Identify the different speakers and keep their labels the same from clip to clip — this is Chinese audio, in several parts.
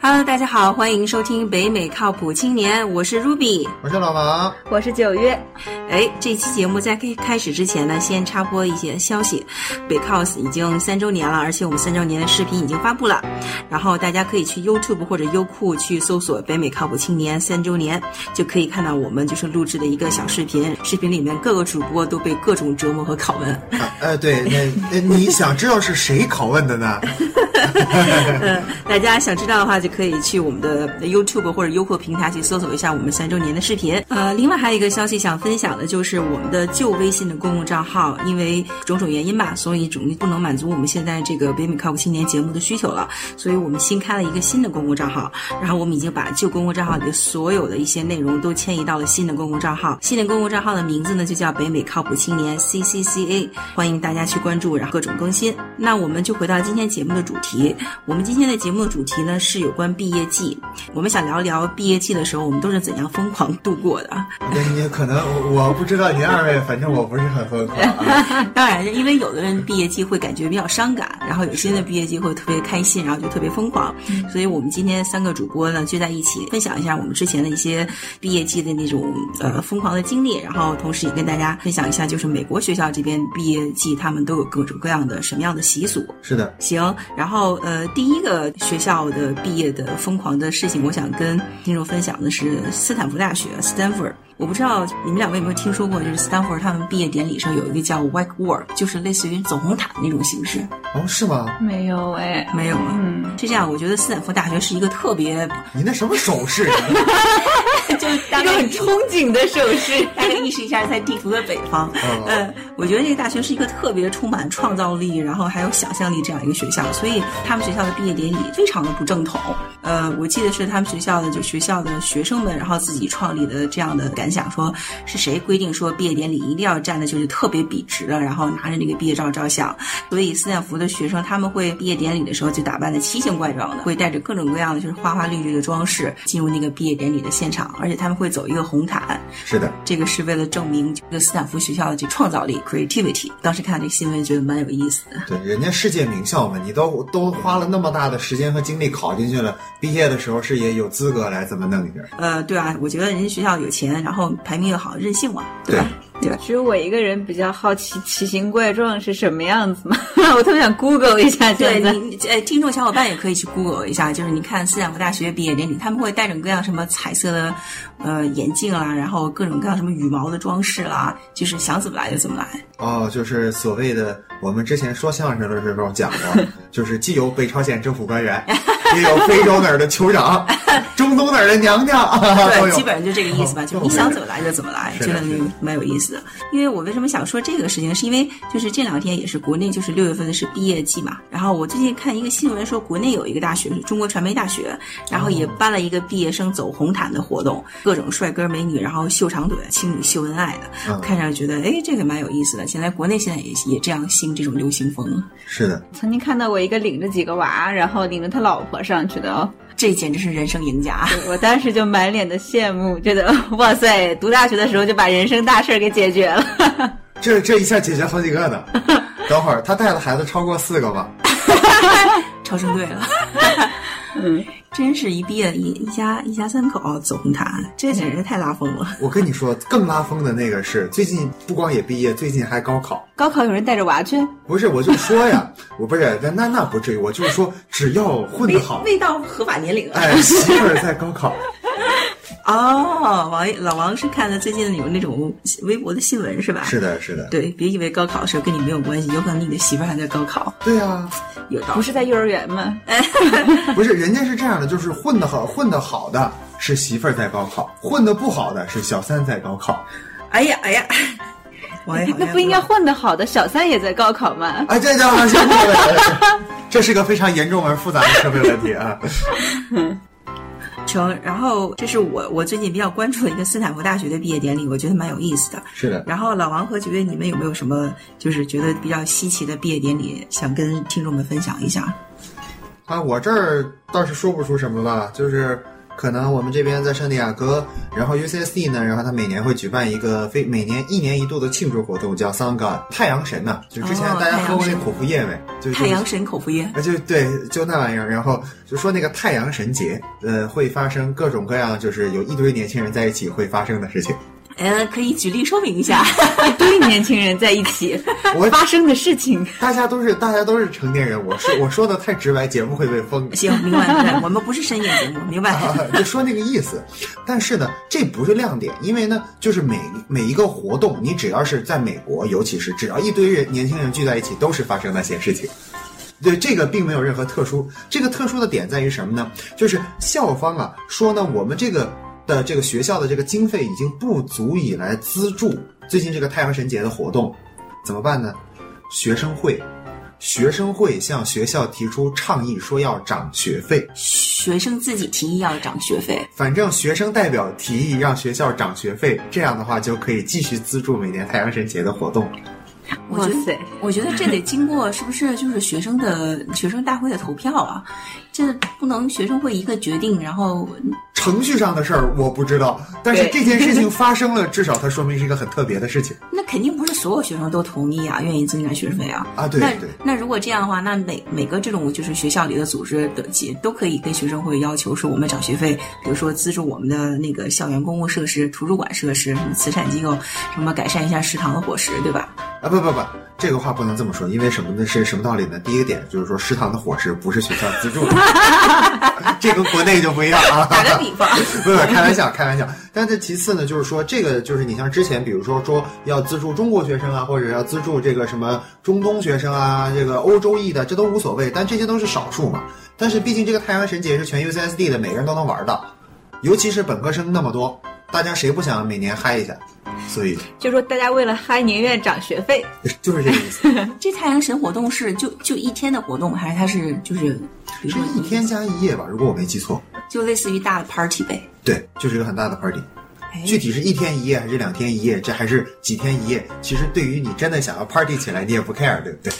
Speaker 1: Hello，大家好，欢迎收听北美靠谱青年，我是 Ruby。
Speaker 2: 我是老王，啊
Speaker 3: 我是九月，
Speaker 1: 哎，这期节目在开开始之前呢，先插播一些消息。北 cos 已经三周年了，而且我们三周年的视频已经发布了，然后大家可以去 YouTube 或者优酷去搜索“北美靠谱青年三周年”，就可以看到我们就是录制的一个小视频。视频里面各个主播都被各种折磨和拷问。
Speaker 2: 啊呃，对，那那你想知道是谁拷问的呢？
Speaker 1: 嗯，大家想知道的话，就可以去我们的 YouTube 或者优酷平台去搜索一下我们三周年的视频。呃，另外还有一个消息想分享的，就是我们的旧微信的公共账号，因为种种原因吧，所以总不能满足我们现在这个北美靠谱青年节目的需求了，所以我们新开了一个新的公共账号。然后我们已经把旧公共账号里的所有的一些内容都迁移到了新的公共账号。新的公共账号的名字呢，就叫北美靠谱青年 CCCA，欢迎大家去关注，然后各种更新。那我们就回到今天节目的主题，我们今天的节目的主题呢是有关毕业季。我们想聊聊毕业季的时候，我们都是怎样疯狂度过的。
Speaker 2: 那你可能我不知道您二位，反正我不是很疯狂啊。
Speaker 1: 当然，因为有的人毕业季会感觉比较伤感，然后有些人的毕业季会特别开心，然后就特别疯狂。所以我们今天三个主播呢聚在一起，分享一下我们之前的一些毕业季的那种呃疯狂的经历，然后同时也跟大家分享一下，就是美国学校这边毕业季他们都有各种各样的什么样的习俗。
Speaker 2: 是的，
Speaker 1: 行，然后呃，第一个学校的毕业的疯狂的事情，我想跟听众分享的是斯坦福大学 （Stanford）。我不知道你们两位有没有听说过，就是 Stanford 他们毕业典礼上有一个叫 White Walk，就是类似于走红毯的那种形式，
Speaker 2: 哦，是吗？
Speaker 3: 没有哎，
Speaker 1: 没有吗？
Speaker 3: 嗯，
Speaker 1: 是这样，我觉得斯坦福大学是一个特别，
Speaker 2: 你那什么手势？
Speaker 1: 就是大
Speaker 3: 一个
Speaker 1: 概，
Speaker 3: 很憧憬的手势
Speaker 1: 大概意识一下在地图的北方。
Speaker 2: 哦，
Speaker 1: 呃，我觉得这个大学是一个特别充满创造力，然后还有想象力这样一个学校，所以他们学校的毕业典礼非常的不正统。呃，我记得是他们学校的就学校的学生们，然后自己创立的这样的感想说，是谁规定说毕业典礼一定要站的就是特别笔直的，然后拿着那个毕业照照相。所以斯坦福的学生他们会毕业典礼的时候就打扮的奇形怪状的，会带着各种各样的就是花花绿绿的装饰进入那个毕业典礼的现场，而且他们会走一个红毯，
Speaker 2: 是的，
Speaker 1: 这个是为了证明这个斯坦福学校的这创造力 （creativity）。当时看这个新闻，觉得蛮有意思的。
Speaker 2: 对，人家世界名校嘛，你都都花了那么大的时间和精力考进去了，毕业的时候是也有资格来这么弄一下。
Speaker 1: 呃，对啊，我觉得人家学校有钱，然后排名又好，任性嘛，吧？
Speaker 3: 只有我一个人比较好奇奇形怪状是什么样子嘛， 我特别想 Google 一下
Speaker 1: 对
Speaker 3: 现在。
Speaker 1: 你，呃，听众小伙伴也可以去 Google 一下，就是你看斯坦福大学毕业典礼，他们会带着各样什么彩色的，呃，眼镜啦，然后各种各样什么羽毛的装饰啦，就是想怎么来就怎么来。
Speaker 2: 哦，就是所谓的我们之前说相声的时候讲过，就是既有北朝鲜政府官员，也有非洲哪儿的酋长，中东哪儿的娘娘， 都
Speaker 1: 对，
Speaker 2: 有
Speaker 1: 基本上就这个意思吧，
Speaker 2: 哦
Speaker 1: 就是你想怎么来就怎么来，
Speaker 2: 是的
Speaker 1: 觉得
Speaker 2: 是的
Speaker 1: 蛮有意思的。因为我为什么想说这个事情，是因为就是这两天也是国内就是六月份是毕业季嘛，然后我最近看一个新闻说，国内有一个大学是中国传媒大学，然后也办了一个毕业生走红毯的活动，各种帅哥美女，然后秀长腿，情侣秀恩爱的，
Speaker 2: 嗯
Speaker 1: 看上去觉得哎这个蛮有意思的。现在国内现在也也这样兴这种流行风了，
Speaker 2: 是的，
Speaker 3: 曾经看到过一个领着几个娃，然后领着他老婆上去的哦，
Speaker 1: 这简直是人生赢家。
Speaker 3: 对我当时就满脸的羡慕，觉得 哇塞，读大学的时候就把人生大事儿给解决了。
Speaker 2: 这这一下解决好几个呢。等会儿他带的孩子超过四个吧？
Speaker 1: 超生队了。
Speaker 3: 嗯，
Speaker 1: 真是一毕业一一家一家三口哦走红毯，这简直太拉风了。
Speaker 2: 我跟你说，更拉风的那个是最近不光也毕业，最近还高考。
Speaker 3: 高考有人带着娃去，
Speaker 2: 不是，我就说呀，我不是那那不至于，我就是说，只要混得好，
Speaker 1: 未到合法年龄啊！
Speaker 2: 哎，媳妇儿在高考，
Speaker 1: 哦，王老王是看了最近有那种微博的新闻是吧？
Speaker 2: 是的，是的，
Speaker 1: 对，别以为高考的时候跟你没有关系，有可能你的媳妇儿还在高考，
Speaker 2: 对啊，
Speaker 1: 有道
Speaker 3: 不
Speaker 1: 理。
Speaker 3: 是在幼儿园吗？
Speaker 2: 不是，人家是这样的，就是混得好，混得好的是媳妇儿在高考，混得不好的是小三在高考。
Speaker 1: 哎呀哎呀， 王爷好
Speaker 3: 哎那
Speaker 1: 像
Speaker 3: 不应该混得好的小三也在高考吗？
Speaker 2: 哎，这这这这，这是个 非常严重而复杂的社会问题啊。
Speaker 1: 成。然后这是我我最近比较关注的一个斯坦福大学的毕业典礼，我觉得蛮有意思的。
Speaker 2: 是的，
Speaker 1: 然后老王和九月，你们有没有什么就是觉得比较稀奇的毕业典礼，想跟听众们分享一下？
Speaker 2: 啊，我这儿倒是说不出什么了，就是可能我们这边在圣地亚哥，然后 UCSD 呢，然后它每年会举办一个非每年一年一度的庆祝活动，叫 Sun God 太阳神呐、就之前
Speaker 1: 哦
Speaker 2: 大家喝过
Speaker 1: 太阳
Speaker 2: 那
Speaker 1: 神
Speaker 2: 口服液没？就
Speaker 1: 太
Speaker 2: 是
Speaker 1: 阳神口服液。
Speaker 2: 啊，就对，就那玩意儿。然后就说那个太阳神节，呃，会发生各种各样，就是有一堆年轻人在一起会发生的事情。
Speaker 1: 呃，可以举例说明一下。
Speaker 3: 一堆年轻人在一 起
Speaker 2: 我
Speaker 3: 发生的事情，
Speaker 2: 大家都是大家都是成年人，我说我说的太直白，节目会被 封。
Speaker 1: 行，明白明白，我们不是深夜节目，明白。
Speaker 2: 啊，就说那个意思。但是呢，这不是亮点，因为呢，就是每每一个活动，你只要是在美国，尤其是只要一堆人年轻人聚在一起，都是发生那些事情。对，这个并没有任何特殊。这个特殊的点在于什么呢？就是校方啊说呢，我们这个的这个学校的这个经费已经不足以来资助最近这个太阳神节的活动，怎么办呢？学生会，学生会向学校提出倡议，说要涨学费。
Speaker 1: 学生自己提议要涨学费，
Speaker 2: 反正学生代表提议让学校涨学费，这样的话就可以继续资助每年太阳神节的活动。
Speaker 1: 我觉
Speaker 3: 哇
Speaker 1: 得
Speaker 3: 塞，
Speaker 1: 我觉得这得经过是不是就是学生的 学生大会的投票啊？这不能学生会一个决定，然后嗯
Speaker 2: 程序上的事儿我不知道，但是这
Speaker 3: 对
Speaker 2: 件事情发生了，至少它说明是一个很特别的事情
Speaker 1: 那肯定不是所有学生都同意啊，愿意增加学费啊。
Speaker 2: 啊！对
Speaker 1: 那
Speaker 2: 对，
Speaker 1: 那如果这样的话，那每每个这种就是学校里的组织的节都可以跟学生会要求说，我们涨学费，比如说资助我们的那个校园公共设施、图书馆设施、什么慈善机构，什么改善一下食堂的伙食，对吧？
Speaker 2: 啊不不不，这个话不能这么说，因为什么呢？是什么道理呢？第一个点就是说，食堂的伙食不是学校资助的，这跟国内就不一样啊。
Speaker 1: 打个比方，
Speaker 2: 不是开玩笑，开玩笑。但是其次呢，就是说这个就是你像之前，比如说说要资助中国学生啊，或者要资助这个什么中东学生啊，这个欧洲裔的，这都无所谓。但这些都是少数嘛。但是毕竟这个太阳神节是全 UCSD 的，每个人都能玩到，尤其是本科生那么多，大家谁不想每年嗨一下？所以
Speaker 3: 就说大家为了嗨，宁愿涨学费。
Speaker 2: 就是这个意思，
Speaker 1: 这太阳神活动是就就一天的活动，还是它是就是比如
Speaker 2: 是
Speaker 1: 说
Speaker 2: 一天加一夜吧，如果我没记错。
Speaker 1: 就类似于大的 party 呗？
Speaker 2: 对，就是一个很大的 party。
Speaker 1: 哎
Speaker 2: 具体是一天一夜还是两天一夜，这还是几天一夜？其实对于你真的想要 party 起来，你也不 care，对不对？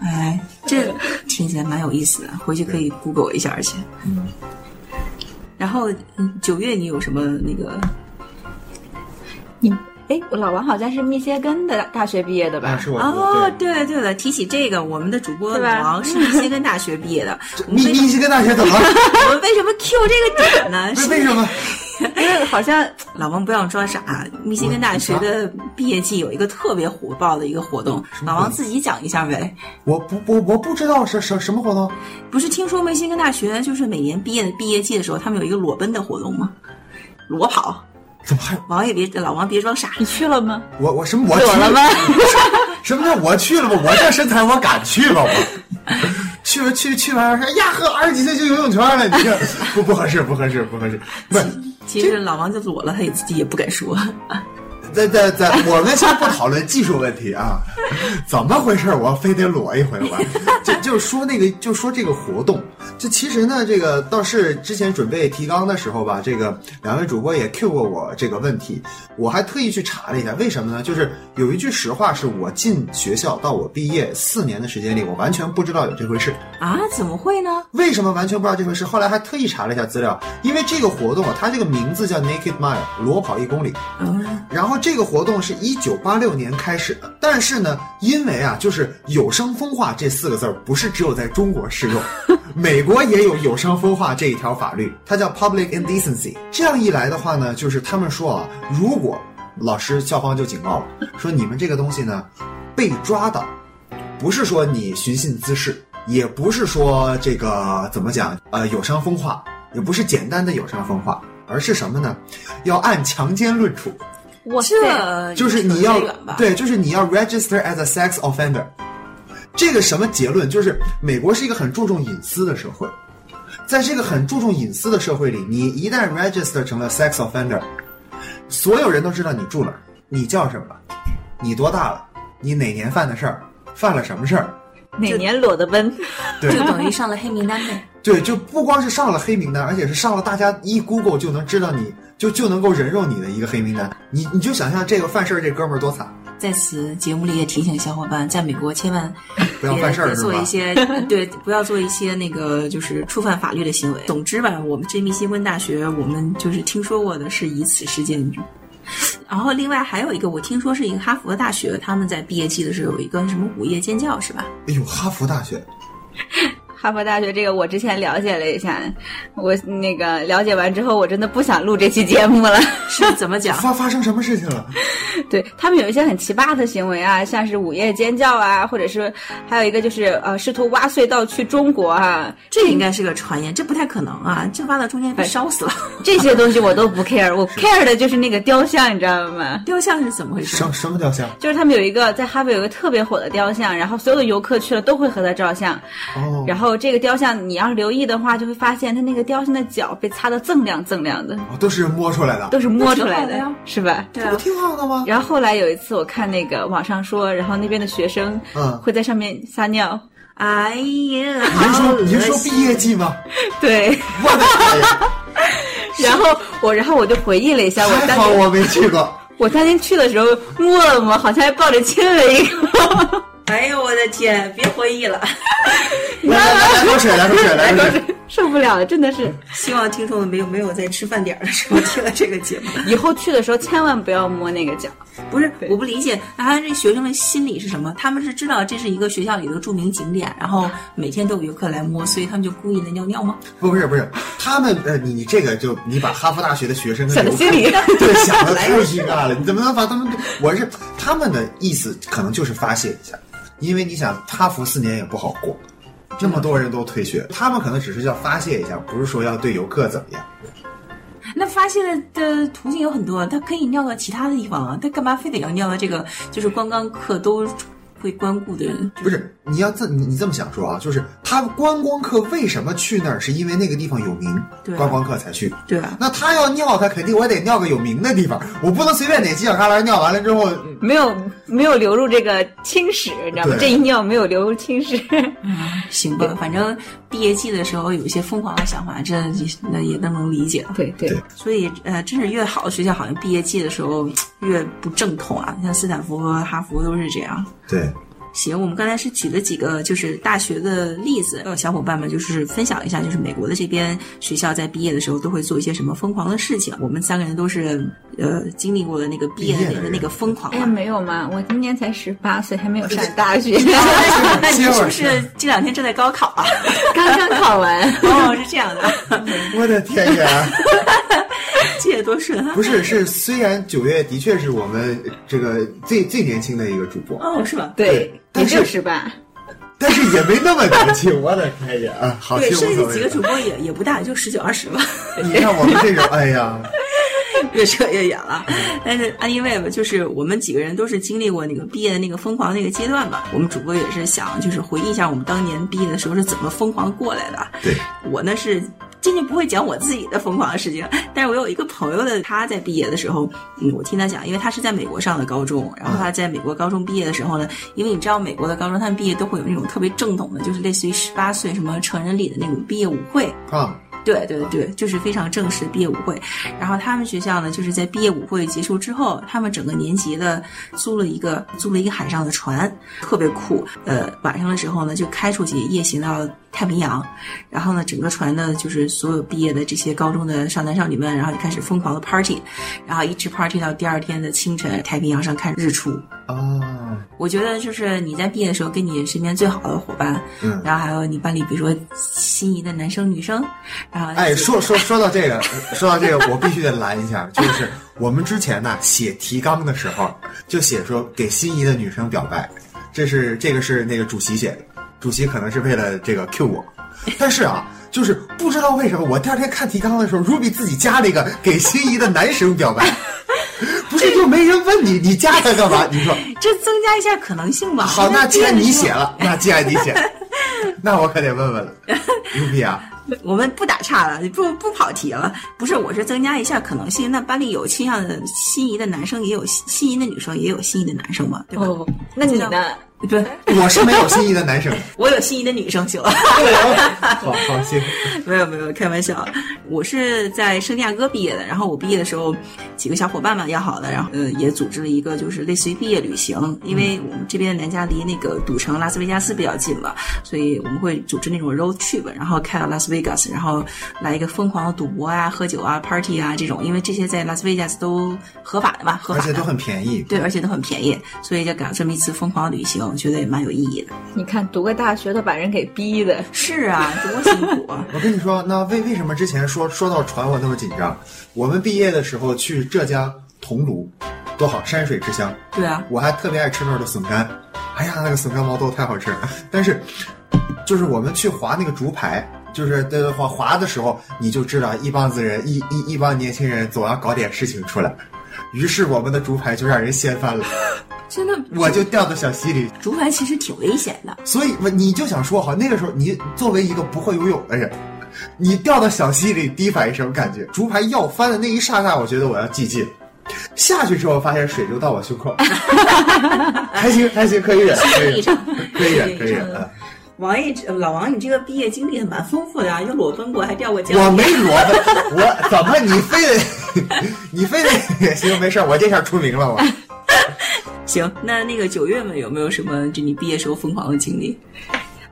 Speaker 1: 哎， 这听起来蛮有意思的，回去可以 Google 一下，而且，
Speaker 2: 嗯
Speaker 1: 然后嗯九月你有什么那个？
Speaker 3: 你哎，我老王好像是密歇根的大学毕业的吧？
Speaker 2: 啊，是我
Speaker 1: 哦
Speaker 2: 我，对
Speaker 1: 对了对了，提起这个，我们的主播
Speaker 3: 对吧
Speaker 1: 老王是密歇根大学毕业 的，我们
Speaker 2: 密
Speaker 1: 为什
Speaker 2: 密
Speaker 1: 么
Speaker 2: 西 根大学怎么了？
Speaker 1: 我们为什么 Q 这个点呢？
Speaker 2: 为
Speaker 1: 是
Speaker 2: 为什么？
Speaker 3: 因为好像
Speaker 1: 老王不要装傻，密歇根大学的毕业季有一个特别火爆的一个活动，老王自己讲一下呗。
Speaker 2: 我不我我不知道是什什么活动
Speaker 1: 不是听说密歇根大学就是每年毕业的毕业季的时候，他们有一个裸奔的活动吗？裸跑，
Speaker 2: 怎么还
Speaker 1: 王也别老王别装傻，
Speaker 3: 你去了吗？
Speaker 2: 我我什么我
Speaker 3: 我
Speaker 2: 去
Speaker 3: 了吗？
Speaker 2: 什么叫我去了吧？我这身材我敢去吧？我去吧去去完说呀呵，二十几岁就游泳圈了，你这 不不合适不合适不合适，不是。
Speaker 1: 其实老王就裸了，他也自己也不敢说。
Speaker 2: 咱咱咱，我们先不讨论技术问题啊，怎么回事？我非得裸一回我，就就说那个，就说这个活动，这其实呢，这个倒是之前准备提纲的时候吧，这个两位主播也 Q 过我这个问题，我还特意去查了一下，为什么呢？就是有一句实话，是我进学校到我毕业四年的时间里，我完全不知道有这回事。
Speaker 1: 啊？怎么会呢？
Speaker 2: 为什么完全不知道这回事？后来还特意查了一下资料，因为这个活动啊，它这个名字叫 Naked Mile，裸跑一公里。
Speaker 1: 嗯，
Speaker 2: 然后这个活动是一九八六年开始的，但是呢，因为啊，就是有伤风化这四个字儿不是只有在中国适用，美国也有有伤风化这一条法律，它叫 public indecency。这样一来的话呢，就是他们说啊，如果老师校方就警告了，说你们这个东西呢，被抓到，不是说你寻衅滋事，也不是说这个怎么讲，呃，有伤风化，也不是简单的有伤风化，而是什么呢？要按强奸论处。
Speaker 3: 哇塞！
Speaker 1: 这
Speaker 2: 就是你
Speaker 1: 扯
Speaker 2: 要
Speaker 1: 得远吧？
Speaker 2: 对，就是你要 register as a sex offender。这个什么结论？就是美国是一个很注重隐私的社会，在这个很注重隐私的社会里，你一旦 register 成了 sex offender，所有人都知道你住哪儿，你叫什么，你多大了，你哪年犯的事儿，犯了什么事儿。
Speaker 3: 哪年裸的奔？
Speaker 2: 对
Speaker 1: 就等于上了黑名单呗。
Speaker 2: 对，就不光是上了黑名单，而且是上了大家一 Google 就能知道你就就能够人肉你的一个黑名单。你你就想象这个犯事儿这哥们儿多惨，
Speaker 1: 在此节目里也提醒小伙伴，在美国千万
Speaker 2: 不要犯事儿
Speaker 1: 别
Speaker 2: 是
Speaker 1: 做
Speaker 2: 吧
Speaker 1: 一些对，不要做一些那个就是触犯法律的行为。总之吧，我们这密歇根大学，我们就是听说过的是以此事件。然后另外还有一个，我听说是一个哈佛大学，他们在毕业季的时候有一个什么午夜尖叫，是吧？
Speaker 2: 哎呦，哈佛大学，
Speaker 3: 哈佛大学这个我之前了解了一下，我那个了解完之后，我真的不想录这期节目了。
Speaker 1: 是怎么讲？
Speaker 2: 发发生什么事情了？
Speaker 3: 对他们有一些很奇葩的行为啊，像是午夜尖叫啊，或者是还有一个就是呃试图挖隧道去中国啊，
Speaker 1: 这应该是个传言，这不太可能啊！这挖到中间被烧死了，
Speaker 3: 这些东西我都不 care，我 care 的就是那个雕像，你知道吗？
Speaker 1: 雕像是怎么回事？
Speaker 2: 什什么雕像？
Speaker 3: 就是他们有一个在哈佛有一个特别火的雕像，然后所有的游客去了都会和他照相。
Speaker 2: 哦，
Speaker 3: 然后这个雕像你要是留意的话，就会发现它那个雕像的脚被擦得锃亮锃亮的，
Speaker 2: 哦都是摸出来的，
Speaker 3: 都是摸出来
Speaker 1: 那挺好的
Speaker 3: 的
Speaker 1: 呀，
Speaker 3: 是吧？
Speaker 1: 对
Speaker 2: 这
Speaker 1: 啊
Speaker 2: 不，挺好的吗？
Speaker 3: 然后后来有一次，我看那个网上说，然后那边的学生
Speaker 2: 嗯
Speaker 3: 会在上面撒 尿，
Speaker 1: 哎呀，
Speaker 2: 你是
Speaker 1: 好
Speaker 2: 说
Speaker 1: 恶
Speaker 2: 你是说
Speaker 1: 心
Speaker 2: 毕业季吗？
Speaker 3: 对。
Speaker 2: 我的妈呀！
Speaker 3: 然后我，然后我就回忆了一下，哎我
Speaker 2: 还
Speaker 3: 当
Speaker 2: 好
Speaker 3: 年
Speaker 2: 我没去 过。
Speaker 3: 我当年去的时候摸了摸，好像还抱着亲了一个。
Speaker 1: 哎呦我的天，别回忆了。
Speaker 2: 来来来，来口水，来口水，来口水。
Speaker 3: 受不了了，真的是！
Speaker 1: 希望听众们没有没有在吃饭点儿的时候听了这个节目。
Speaker 3: 以后去的时候千万不要摸那个脚。
Speaker 1: 不是，
Speaker 3: 对
Speaker 1: 我不理解，那他这学生的心理是什么？他们是知道这是一个学校里的著名景点，然后每天都有游客来摸，所以他们就故意的尿尿吗？
Speaker 2: 不，不是，不是，他们呃，你你这个就你把哈佛大学的学生跟
Speaker 3: 想的
Speaker 2: 留
Speaker 3: 心里
Speaker 2: 对想 的太尴尬了，你怎么能把他们？我是他们的意思，可能就是发泄一下，因为你想哈佛四年也不好过，这么多人都退学，他们可能只是要发泄一下，不是说要对游客怎么样。
Speaker 1: 那发泄的途径有很多，他可以尿到其他的地方啊，他干嘛非得要尿到这个就是观光客都会光顾的人？
Speaker 2: 不是，你要这你你这么想说啊，就是他观光客为什么去那儿，是因为那个地方有名，
Speaker 1: 对啊
Speaker 2: 观光客才去。
Speaker 1: 对吧？
Speaker 2: 那他要尿，他肯定我也得尿个有名的地方，我不能随便哪犄角旮旯尿完了之后，
Speaker 3: 没有没有流入这个清史，你知道吗？
Speaker 2: 对
Speaker 3: 这一尿没有流入清史，
Speaker 1: 啊行吧，反正毕业季的时候有一些疯狂的想法，这也那也都能理解了。
Speaker 3: 对对
Speaker 2: 对
Speaker 1: 所以，呃，真是越好的学校，好像毕业季的时候越不正统啊。像斯坦福和哈佛都是这样。
Speaker 2: 对，
Speaker 1: 行，我们刚才是举了几个就是大学的例子，让小伙伴们就是分享一下，就是美国的这边学校在毕业的时候都会做一些什么疯狂的事情。我们三个人都是呃经历过的那个毕业
Speaker 2: 毕
Speaker 1: 的
Speaker 2: 业的
Speaker 1: 那个
Speaker 2: 人
Speaker 1: 那个疯狂
Speaker 3: 哎呀，
Speaker 1: 啊。
Speaker 3: 没有嘛，我今年才十八岁，还没有上大学，
Speaker 1: 那你
Speaker 2: 歇
Speaker 1: 啊 是不
Speaker 2: 会儿歇会
Speaker 1: 是
Speaker 2: 儿
Speaker 1: 这两天正在高考啊？
Speaker 3: 刚刚考完。
Speaker 1: 哦，是这样的，
Speaker 2: 我的天呀！
Speaker 1: 这也多顺啊！
Speaker 2: 不是，是虽然九月的确是我们这个最最年轻的一个主播，
Speaker 1: 哦，是吧？
Speaker 3: 对，也
Speaker 2: 但是
Speaker 3: 就十八。
Speaker 2: 但是也没那么年轻。我的天呀！啊，好，
Speaker 1: 对，
Speaker 2: 其实
Speaker 1: 剩
Speaker 2: 无
Speaker 1: 下
Speaker 2: 所
Speaker 1: 几个
Speaker 2: 谓了。
Speaker 1: 主播也也不大，就十九二十吧。
Speaker 2: 你看我们这种，哎呀，
Speaker 1: 越扯越远了。但是 anyway 吧，就是我们几个人都是经历过那个毕业的那个疯狂那个阶段吧。我们主播也是想就是回忆一下我们当年毕业的时候是怎么疯狂过来的。
Speaker 2: 对，
Speaker 1: 我呢是。今天不会讲我自己的疯狂的事情，但是我有一个朋友的，他在毕业的时候，嗯，我听他讲，因为他是在美国上的高中，然后他在美国高中毕业的时候呢，因为你知道美国的高中他们毕业都会有那种特别正统的，就是类似于十八岁什么成人礼的那种毕业舞会，
Speaker 2: 啊，
Speaker 1: 对对对，就是非常正式的毕业舞会。然后他们学校呢，就是在毕业舞会结束之后，他们整个年级的租了一个租了一个海上的船，特别酷。呃，晚上的时候呢，就开出去夜行到太平洋，然后呢，整个船呢，就是所有毕业的这些高中的少男少女们，然后就开始疯狂的 party，然后一直 party 到第二天的清晨，太平洋上看日出。
Speaker 2: 啊，
Speaker 1: 我觉得就是你在毕业的时候，跟你身边最好的伙伴，
Speaker 2: 嗯，
Speaker 1: 然后还有你班里比如说心仪的男生女生，然后
Speaker 2: 哎，说说说到这个，说到这个，我必须得拦一下，就是我们之前呢写提纲的时候，就写说给心仪的女生表白，这是这个是那个主席写的，主席可能是为了这个 Q 我，但是啊。就是不知道为什么，我第二天看提纲的时候，Ruby 自己加了一个给心仪的男生表白，不是就没人问你，你加他干嘛？你说
Speaker 1: 这增加一下可能性吧。
Speaker 2: 好，那既
Speaker 1: 既然
Speaker 2: 然你写，了，那既然你写了，那我可得问问了，Ruby 啊，
Speaker 1: 我们不打岔了，不不跑题了。不是，我是增加一下可能性。那班里有倾
Speaker 3: 哦
Speaker 1: 向的心仪的男生，也有心心仪的女生，也有心仪的男生嘛，对吧？
Speaker 3: 哦，那你呢？
Speaker 1: 对，
Speaker 2: 我是没有心仪的男生。
Speaker 1: 我有心仪的女生行了。
Speaker 2: 对啊好好行，
Speaker 1: 没有没有，开玩笑。我是在圣地亚哥毕业的，然后我毕业的时候，几个小伙伴嘛要好的，然后呃也组织了一个就是类似于毕业旅行，因为我们这边南加离那个赌城拉斯维加斯比较近嘛，所以我们会组织那种 road trip，然后开到拉斯维加斯，然后来一个疯狂的赌博啊、喝酒啊、party 啊这种，因为这些在拉斯维加斯都合法的嘛，合
Speaker 2: 而
Speaker 1: 法
Speaker 2: 且
Speaker 1: 的
Speaker 2: 都很便宜。
Speaker 1: 对，而且都很便宜，所以就搞这么一次疯狂的旅行，觉得也蛮有意义的。
Speaker 3: 你看，读个大学都把人给逼的，
Speaker 1: 是啊，多辛苦啊！
Speaker 2: 我跟你说，那为为什么之前说说到船我那么紧张？我们毕业的时候去浙江桐庐，多好，山水之乡。
Speaker 1: 对啊，
Speaker 2: 我还特别爱吃那儿的笋干，哎呀，那个笋干毛豆太好吃了。但是，就是我们去划那个竹排，就是对划划的时候，你就知道一帮子人，一一一帮年轻人总要搞点事情出来。于是我们的竹排就让人掀翻了，
Speaker 1: 真的，
Speaker 2: 我就掉到小溪里。
Speaker 1: 竹排其实挺危险的。
Speaker 2: 所以你就想说，好，那个时候你作为一个不会游泳的人，你掉到小溪里，第一反应什么感觉？竹排要翻的那一刹那，我觉得我要寂静。下去之后，发现水流到我胸口， 还行还行，可以忍，可以忍，可以忍，可以忍。嗯
Speaker 1: 王爷，呃老王，你这个毕业经历还蛮丰富的啊，又裸奔过，还掉过江。
Speaker 2: 嗯我没裸奔，我怎么你非得 你非得 行？没事儿，我这下出名了，我
Speaker 1: 行，那那个九月们有没有什么就你毕业时候疯狂的经历？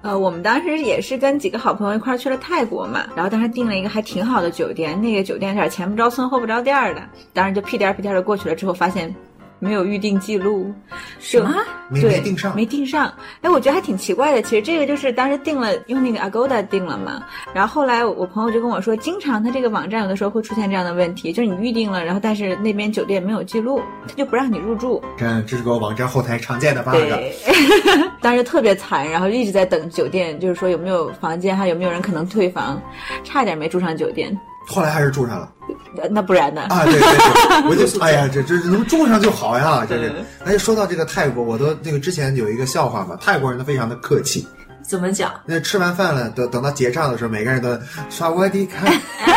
Speaker 3: 呃，我们当时也是跟几个好朋友一块儿去了泰国嘛，然后当时订了一个还挺好的酒店，那个酒店有点前不着村后不着店儿的，当时就屁颠儿屁颠的过去了，之后发现没有预定记录，什
Speaker 1: 么
Speaker 2: 没
Speaker 3: 对
Speaker 2: 没定上
Speaker 3: 没订上。哎，我觉得还挺奇怪的。其实这个就是当时订了，用那个 Agoda 订了嘛。然后后来我我朋友就跟我说，经常他这个网站有的时候会出现这样的问题，就是你预定了，然后但是那边酒店没有记录，他就不让你入住。
Speaker 2: 这这是个网站后台常见的 bug。
Speaker 3: 对， 当时特别惨，然后一直在等酒店，就是说有没有房间，还有没有人可能退房，差点没住上酒店。
Speaker 2: 后来还是住上了。
Speaker 3: 呃那不然呢？
Speaker 2: 啊，对对 对，我就哎呀，这这能种上就好呀，这这。哎，说到这个泰国，我都那个之前有一个笑话嘛，泰国人都非常的客气，
Speaker 1: 怎么讲？
Speaker 2: 那吃完饭了，等等到结账的时候，每个人都刷我的 卡，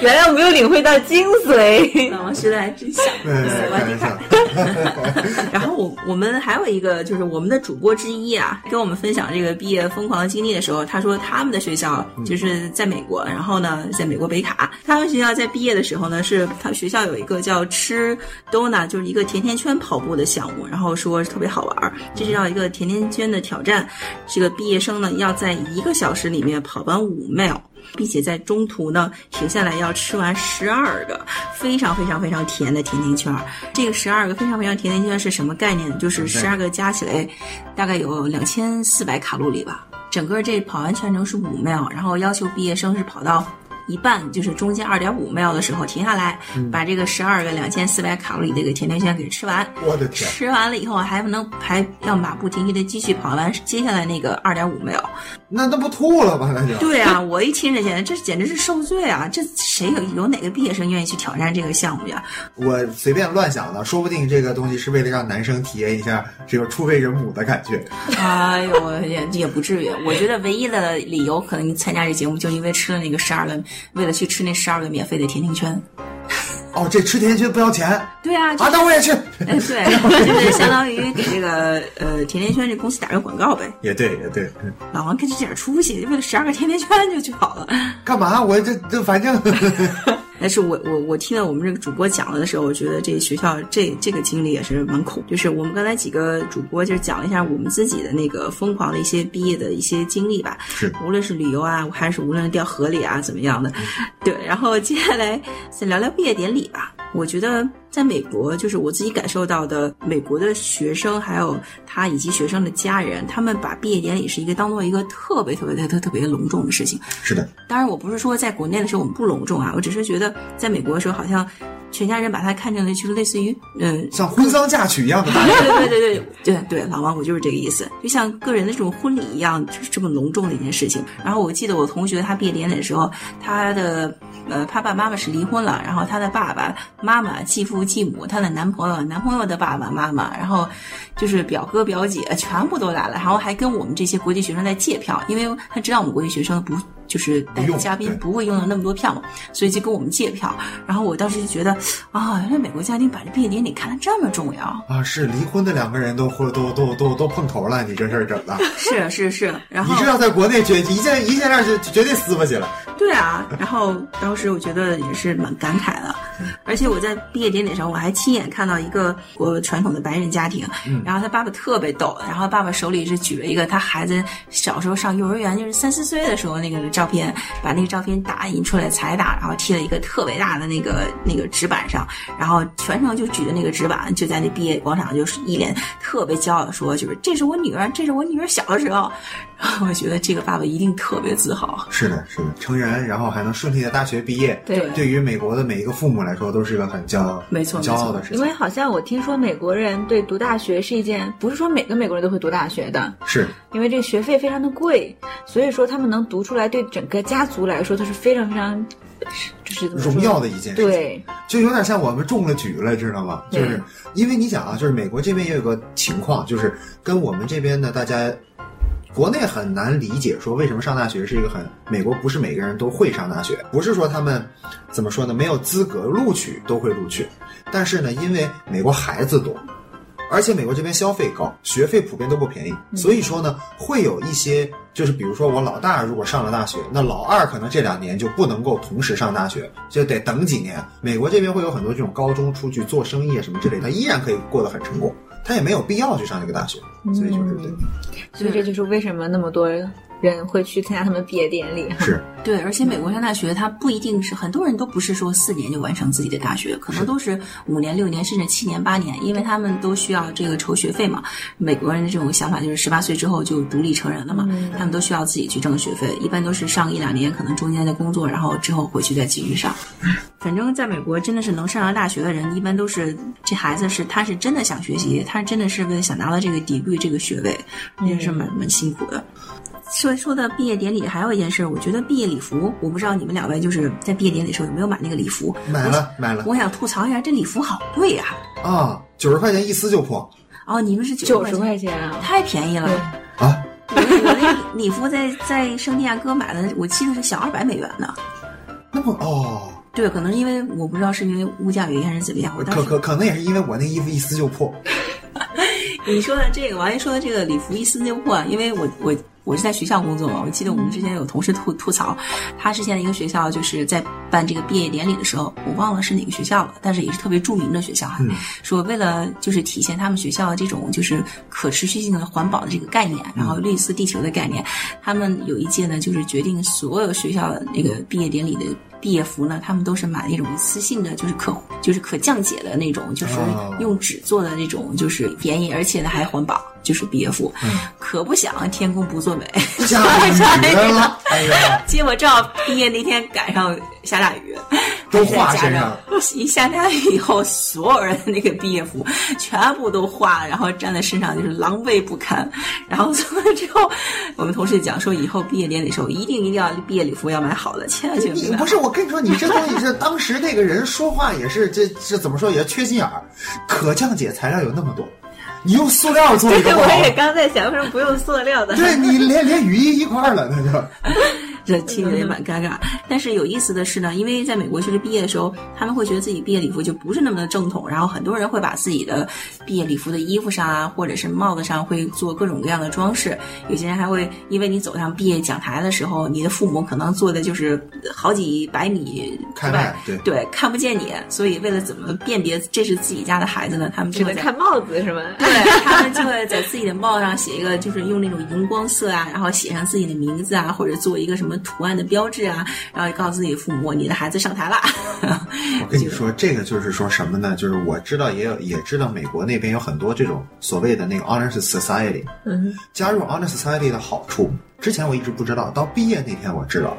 Speaker 3: 原来我没有领会到精髓。
Speaker 1: 老王学的还真像。
Speaker 2: 对，哎开玩笑。
Speaker 1: 然后我我们还有一个就是我们的主播之一啊，跟我们分享这个毕业疯狂的经历的时候，他说他们的学校就是在美国，然后呢在美国北卡，他们学校在毕业的时候呢，是他们学校有一个叫吃 Dona，就是一个甜甜圈跑步的项目，然后说特别好玩儿，这是要一个甜甜圈的挑战，这个毕业生呢要在一个小时里面跑完五 mile。并且在中途呢停下来要吃完十二个非常非常非常甜的甜甜圈儿。这个十二个非常非常甜甜圈是什么概念？就是十二个加起来大概有两千四百卡路里吧。整个这跑完全程是五 mile，然后要求毕业生是跑到。一半就是中间二点五 mile 的时候停下来，把这个十二个两千四百卡路里的这个甜甜圈给吃完。
Speaker 2: 我的天，
Speaker 1: 吃完了以后还不能还要马不停蹄的继续跑完接下来那个二点五 mile。
Speaker 2: 那那不吐了吗？那就。
Speaker 1: 对啊，我一听这简直这简直是受罪啊！这谁有有哪个毕业生愿意去挑战这个项目呀？
Speaker 2: 我随便乱想的，说不定这个东西是为了让男生体验一下这个初为人母的感觉。
Speaker 1: 哎呦，也也不至于。我觉得唯一的理由，可能你参加这节目，就因为吃了那个十二个，为了去吃那十二个免费的甜甜圈。
Speaker 2: 哦，这吃甜甜圈不要钱啊？
Speaker 1: 对 啊，就是
Speaker 2: 那我也去。
Speaker 1: 哎 对，就是相当于给这个呃甜甜圈这公司打个广告呗。
Speaker 2: 也对，也对。嗯
Speaker 1: 老王跟这点出息，为了十二个甜甜圈就去跑了。
Speaker 2: 干嘛？我这这反正
Speaker 1: 但是我我我听了我们这个主播讲了的时候，我觉得这学校这这个经历也是蛮恐，就是我们刚才几个主播就是讲了一下我们自己的那个疯狂的一些毕业的一些经历吧，
Speaker 2: 是
Speaker 1: 无论是旅游啊，还是无论掉河里啊怎么样的，
Speaker 2: 嗯
Speaker 1: 对。然后接下来再聊聊毕业典礼吧。我觉得在美国，就是我自己感受到的，美国的学生还有他以及学生的家人，他们把毕业典礼是一个当做一个特别特别特别特别隆重的事情。
Speaker 2: 是的，
Speaker 1: 当然，我不是说在国内的时候我们不隆重啊，我只是觉得在美国的时候，好像全家人把它看成了就是类似于，嗯、
Speaker 2: 像婚丧嫁娶一样的大
Speaker 1: 对对对对对对，老王，我就是这个意思，就像个人的这种婚礼一样，就是这么隆重的一件事情。然后我记得我同学他毕业典礼的时候，他的呃他爸爸妈妈是离婚了，然后他的爸爸妈妈、继父继母、他的男朋友、男朋友的爸爸妈妈，然后就是表哥表姐全部都来了，然后还跟我们这些国际学生在借票，因为他知道我们国际学生不就是带
Speaker 2: 不用
Speaker 1: 嘉宾
Speaker 2: 对
Speaker 1: 不会用到那么多票嘛，所以就跟我们借票。然后我当时就觉得啊，原来美国嘉宾把这毕业典礼看得这么重要。
Speaker 2: 啊，是离婚的两个人都或都都都都碰头了，你这事儿整的，
Speaker 1: 是是是，然
Speaker 2: 你
Speaker 1: 后
Speaker 2: 这要在国内决一见一见面就绝对撕巴去了。
Speaker 1: 对啊，然后当时我觉得也是蛮感慨的，而且我在毕业典礼上我还亲眼看到一个我传统的白人家庭，
Speaker 2: 嗯
Speaker 1: 然后他爸爸特别逗，然后爸爸手里是举了一个他孩子小时候上幼儿园就是三四岁的时候那个照片，把那个照片打印出来彩打，然后贴了一个特别大的那个那个纸板上，然后全程就举着那个纸板就在那毕业广场就是一脸特别骄傲的说，就是这是我女儿，这是我女儿小的时候，然后我觉得这个爸爸一定特别自豪。
Speaker 2: 是的，是的，成人然后还能顺利的大学毕业，
Speaker 3: 对
Speaker 2: 对于美国的每一个父母来说都是一个很骄傲、
Speaker 1: 没错
Speaker 2: 很骄傲的事
Speaker 3: 因为
Speaker 2: 情。
Speaker 3: 好像我听说美国人对读大学是一件，不是说每个美国人都会读大学的，
Speaker 2: 是
Speaker 3: 因为这个学费非常的贵，所以说他们能读出来，对整个家族来说都是非常非常，就是怎么说
Speaker 2: 荣耀的一件事情，
Speaker 3: 对，
Speaker 2: 就有点像我们中了举了，知道吗？就
Speaker 3: 对
Speaker 2: 是因为你想啊，就是美国这边也有个情况，就是跟我们这边的大家。国内很难理解，说为什么上大学是一个很美国不是每个人都会上大学，不是说他们怎么说呢，没有资格录取都会录取，但是呢，因为美国孩子多，而且美国这边消费高，学费普遍都不便宜，
Speaker 1: 嗯
Speaker 2: 所以说呢，会有一些就是比如说我老大如果上了大学，那老二可能这两年就不能够同时上大学，就得等几年。美国这边会有很多这种高中出去做生意啊什么之类的，他依然可以过得很成功，他也没有必要去上一个大学，
Speaker 1: 嗯
Speaker 2: 所以就是对，
Speaker 3: 所以这就是为什么那么多人会去参加他们毕业典 礼。
Speaker 2: 是
Speaker 1: 对，而且美国上大学，它不一定是很多人都不是说四年就完成自己的大学，可能都是五年、六年，甚至七年、八年，因为他们都需要这个筹学费嘛。美国人的这种想法就是十八岁之后就独立成人了嘛，
Speaker 3: 嗯
Speaker 1: 他们都需要自己去挣学费，一般都是上一两年，可能中间的工作，然后之后回去再继续上。反正在美国，真的是能上上大学的人，一般都是这孩子是他是真的想学习，他真的是为了想拿到这个 degree 这个学位，
Speaker 3: 嗯
Speaker 1: 也是蛮蛮辛苦的。说说到毕业典礼，还有一件事，我觉得毕业礼服，我不知道你们两位就是在毕业典礼的时候有没有买那个礼服？
Speaker 2: 买了买了
Speaker 1: 我想吐槽一下，这礼服好贵呀、
Speaker 2: 啊，九十块钱一撕就破
Speaker 1: 哦，你们是九
Speaker 3: 九十块钱啊！
Speaker 1: 太便宜了。
Speaker 3: 对
Speaker 2: 啊，
Speaker 1: 我我那礼服在在圣地亚哥买的，我记得是小二百美元呢。
Speaker 2: 那么哦，
Speaker 1: 对，可能是因为我不知道是因为物价原因还是怎么样，我当
Speaker 2: 可
Speaker 1: 时
Speaker 2: 可可能也是因为我那衣服一撕 就破，
Speaker 1: 你说的这个，王一说的这个礼服一撕就破，啊因为我我我是在学校工作嘛，我记得我们之前有同事吐吐槽，他之前的一个学校就是在办这个毕业典礼的时候，我忘了是哪个学校了，但是也是特别著名的学校哈，
Speaker 2: 嗯
Speaker 1: 说为了就是体现他们学校的这种就是可持续性的环保的这个概念，然后绿色地球的概念，他们有一届呢就是决定所有学校的那个毕业典礼的。毕业服呢，他们都是买那种一次性的，就是可就是可降解的那种，就是
Speaker 2: 哦
Speaker 1: 用纸做的那种，就是便宜，而且呢还环保，就是毕业服。
Speaker 2: 嗯
Speaker 1: 可不想天公不作美，
Speaker 2: 下雨了，哎呀，
Speaker 1: 结果正好毕业那天赶上下大雨，
Speaker 2: 都画身上了。
Speaker 1: 一下大雨以后，所有人的那个毕业服全部都化了，然后站在身上就是狼狈不堪。然后做完之后，我们同事讲说，以后毕业典礼的时候一定一定要毕业礼服要买好的，千万千万别
Speaker 2: 你
Speaker 1: 买
Speaker 2: 不是我跟你说，你这东西是当时那个人说话也是这这怎么说也缺心眼儿，可降解材料有那么多，你用塑料做一个不好
Speaker 3: 我，也刚在想，为什么不用塑料的？
Speaker 2: 对你连连雨衣一块儿了，那就
Speaker 1: 这其实也蛮尴尬。但是有意思的是呢，因为在美国其实毕业的时候，他们会觉得自己毕业礼服就不是那么的正统，然后很多人会把自己的毕业礼服的衣服上啊，或者是帽子上会做各种各样的装饰。有些人还会因为你走上毕业讲台的时候，你的父母可能坐的就是好几百米之
Speaker 2: 开
Speaker 1: 外
Speaker 2: 外。对。
Speaker 1: 对，看不见你，所以为了怎么辨别这是自己家的孩子呢？他们
Speaker 3: 只
Speaker 1: 就会
Speaker 3: 能
Speaker 1: 在
Speaker 3: 看帽子是吗？
Speaker 1: 对他们就会在自己的帽上写一个，就是用那种荧光色啊，然后写上自己的名字啊，或者做一个什么图案的标志啊，然后告诉自己父母，你的孩子上台了。
Speaker 2: 我跟你说，这个就是说什么呢？就是我知道也有也知道美国那边有很多这种所谓的那个 honor society，
Speaker 3: 嗯，
Speaker 2: 加入 Honor Society 的好处，之前我一直不知道，到毕业那天我知道了，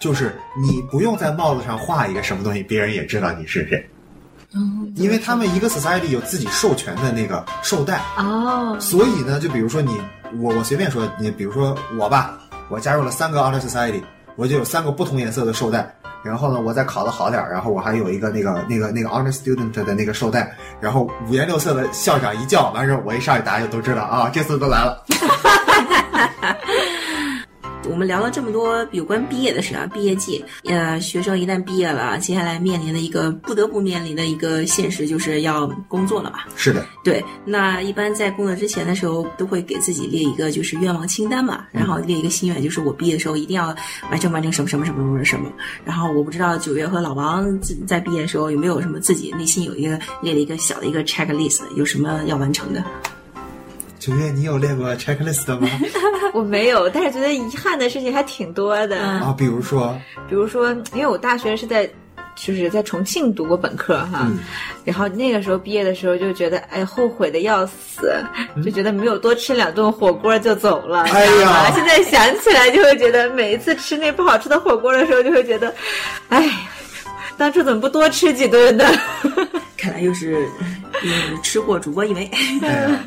Speaker 2: 就是你不用在帽子上画一个什么东西，别人也知道你是谁。因为他们一个 society 有自己授权的那个绶带，
Speaker 3: 哦，
Speaker 2: 所以呢，就比如说你，我我随便说，你比如说我吧，我加入了三个 honor society，我就有三个不同颜色的绶带。然后呢，我再考得好点儿，然后我还有一个那个那个那个 honor student 的那个绶带，然后五颜六色的校长一叫，完事儿我一上去大家就都知道啊，这次都来了。
Speaker 1: 我们聊了这么多有关毕业的事啊，毕业季，呃，学生一旦毕业了，啊接下来面临的一个不得不面临的一个现实就是要工作了嘛。
Speaker 2: 是的，
Speaker 1: 对，那一般在工作之前的时候，都会给自己列一个就是愿望清单嘛，然后列一个心愿，就是我毕业的时候一定要完成完成什么什么什么什么什么。然后我不知道九月和老王自在毕业的时候有没有什么自己内心有一个列了一个小的一个 checklist，有什么要完成的？
Speaker 2: 九月，你有列过 checklist 吗？
Speaker 3: 我没有，但是觉得遗憾的事情还挺多的。
Speaker 1: 嗯
Speaker 2: 啊，比如说，
Speaker 3: 比如说，因为我大学是在。就是在重庆读过本科哈，
Speaker 2: 嗯
Speaker 3: 然后那个时候毕业的时候就觉得，哎，后悔的要死，就觉得没有多吃两顿火锅就走了。
Speaker 2: 嗯哎呀
Speaker 3: 你知道吗现在想起来就会觉得，每一次吃那不好吃的火锅的时候，就会觉得，哎，当初怎么不多吃几 顿呢？
Speaker 1: 看来又是 又是吃货主播一枚。
Speaker 2: 哎呀，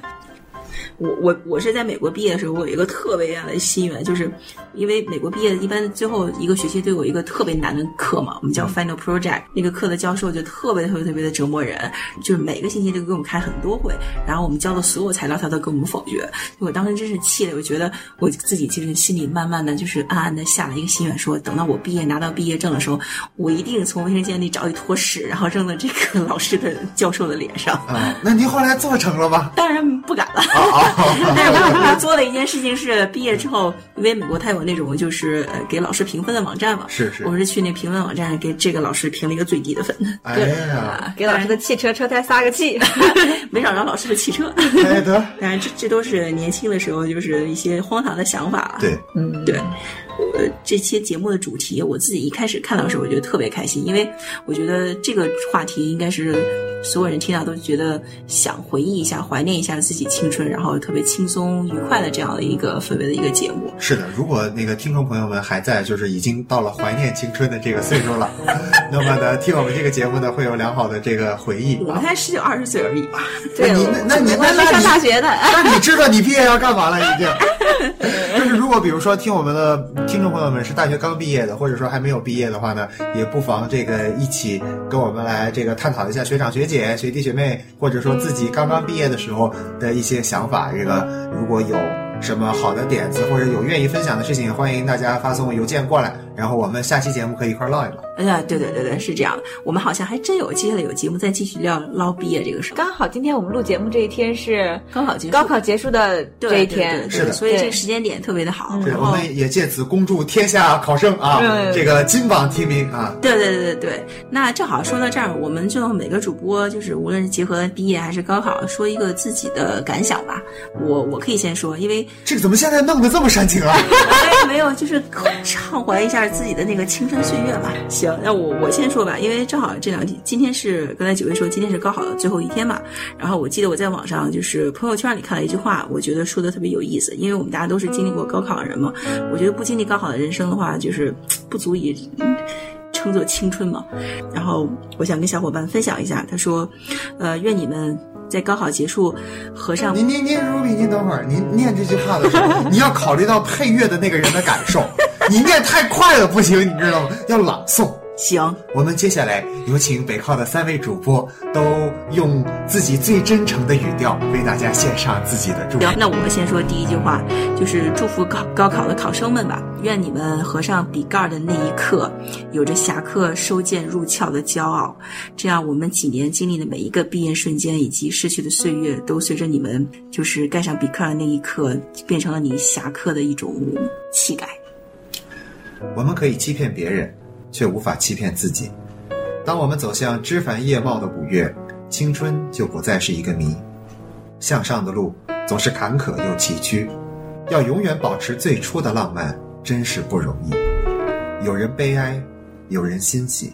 Speaker 1: 我我我是在美国毕业的时候，我有一个特别大的心愿，就是因为美国毕业一般最后一个学期都有一个特别难的课嘛，我们叫 final project，那个课的教授就特别特别特别的折磨人，就是每个星期都给我们开很多会，然后我们交的所有材料他都给我们否决，我当时真是气的，我觉得我自己其实心里慢慢的就是暗暗的下了一个心愿，说等到我毕业拿到毕业证的时候，我一定从卫生间里找一坨屎，然后扔到这个 老师的教授的脸上。
Speaker 2: 啊，那您后来做成了吗？啊
Speaker 1: 当然不敢了。 但是 我我做的一件事情是，毕业之后，因为美国它有那种就是呃给老师评分的网站嘛，
Speaker 2: 是是
Speaker 1: 我是去那评分网站给这个老师评了一个最低的分，啊
Speaker 2: 哎呀，
Speaker 3: 给老师的汽车车胎撒个气。
Speaker 1: 没找着老师的汽车。
Speaker 2: 哎得，
Speaker 1: 当然，这这都是年轻的时候就是一些荒唐的想法。啊
Speaker 2: 对，
Speaker 3: 嗯，
Speaker 1: 对，呃，这期节目的主题，我自己一开始看到的时候，我觉得特别开心，因为我觉得这个话题应该是所有人听到都觉得想回忆一下、怀念一下自己青春，然后特别轻松愉快的这样的一个氛围的一个节目。
Speaker 2: 是的，如果那个听众朋友们还在，就是已经到了怀念青春的这个岁数 了，那么呢，听我们这个节目呢，会有良好的这个回忆。
Speaker 1: 我们才十九二十岁而已，
Speaker 3: 对，
Speaker 2: 那你那你
Speaker 3: 我我还没上大学呢。
Speaker 2: 那你知道你毕业要干嘛了已经？ 就是如果比如说听我们的听众朋友们是大学刚毕业的，或者说还没有毕业的话呢，也不妨这个一起跟我们来这个探讨一下学长学姐、学弟学妹，或者说自己刚刚毕业的时候的一些想法。这个如果有什么好的点子，或者有愿意分享的事情，欢迎大家发送邮件过来，然后我们下期节目可以一块儿唠一唠。
Speaker 1: 哎呀，对对对对，是这样。我们好像还真有接下来有节目再继续聊捞毕业这个事儿，
Speaker 3: 刚好今天我们录节目这一天是
Speaker 1: 高考结束
Speaker 3: 高考结束的
Speaker 1: 对
Speaker 3: 这
Speaker 1: 对
Speaker 3: 一天
Speaker 1: 对，对
Speaker 2: 是的
Speaker 1: 所以这
Speaker 3: 对
Speaker 1: 个时间点特别的好。
Speaker 2: 对，
Speaker 1: 然
Speaker 2: 我
Speaker 1: 后
Speaker 2: 们也借此恭祝天下考生啊
Speaker 3: 嗯，
Speaker 2: 这个金榜题名啊。
Speaker 1: 对对对对对，那正好说到这儿，我们就每个主播就是无论是结合毕业还是高考，说一个自己的感想吧。我我可以先说，因为
Speaker 2: 这个怎么现在弄得这么煽情啊？
Speaker 1: 哎没有就是畅怀一下自己的那个青春岁月吧。行，那我我先说吧，因为正好这两天，今天是刚才九月说今天是高考的最后一天嘛，然后我记得我在网上就是朋友圈里看了一句话，我觉得说的特别有意思，因为我们大家都是经历过高考的人嘛，我觉得不经历高考的人生的话，就是不足以嗯称作青春嘛。然后我想跟小伙伴分享一下，他说，呃，愿你们在高考结束合上
Speaker 2: 您您您，Ruby，您等会儿，您念这句话的时候，你要考虑到配乐的那个人的感受，你念太快了不行，你知道吗？要朗诵。
Speaker 1: 行。
Speaker 2: 我们接下来有请北靠的三位主播，都用自己最真诚的语调为大家献上自己的祝福
Speaker 1: 行，。那我先说第一句话，就是祝福高高考的考生们吧。愿你们合上笔盖的那一刻，有着侠客收剑入鞘的骄傲。这样，我们几年经历的每一个毕业瞬间以及逝去的岁月，都随着你们就是盖上笔盖的那一刻，变成了你侠客的一种气概。
Speaker 2: 我们可以欺骗别人，却无法欺骗自己。当我们走向枝繁叶茂的五月，青春就不再是一个谜。向上的路总是坎坷又崎岖，要永远保持最初的浪漫，真是不容易。有人悲哀，有人欣喜。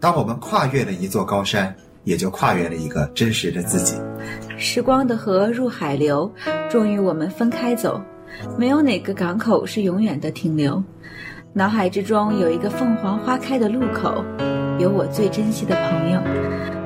Speaker 2: 当我们跨越了一座高山，也就跨越了一个真实的自己。
Speaker 3: 时光的河入海流，终于我们分开走。没有哪个港口是永远的停留。脑海之中有一个凤凰花开的路口，有我最珍惜的朋友。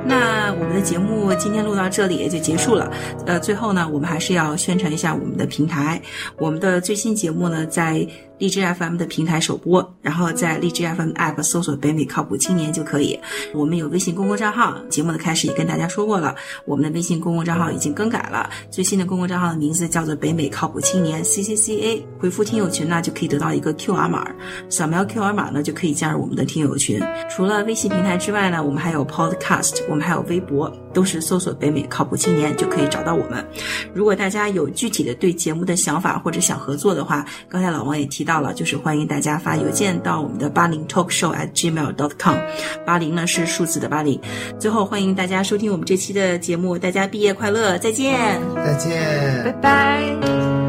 Speaker 1: 那我们的节目今天录到这里也就结束了。呃，最后呢，我们还是要宣传一下我们的平台。我们的最新节目呢，在荔枝 FM 的平台首播，然后在荔枝 FM App 搜索“北美靠谱青年”就可以。我们有微信公共账号，节目的开始也跟大家说过了，我们的微信公共账号已经更改了，最新的公共账号的名字叫做“北美靠谱青年 CCCA”。回复听友群呢，就可以得到一个 QR 码，扫描 QR 码呢就可以加入我们的听友群。除了微信平台之外呢，我们还有 Podcast，我们还有微博，都是搜索“北美靠谱青年”就可以找到我们。如果大家有具体的对节目的想法或者想合作的话，刚才老王也提到了，就是欢迎大家发邮件到我们的八零 talk show at gmail dot com，八零呢是数字的八零。最后欢迎大家收听我们这期的节目，大家毕业快乐，再见。
Speaker 2: 再见。
Speaker 3: 拜拜。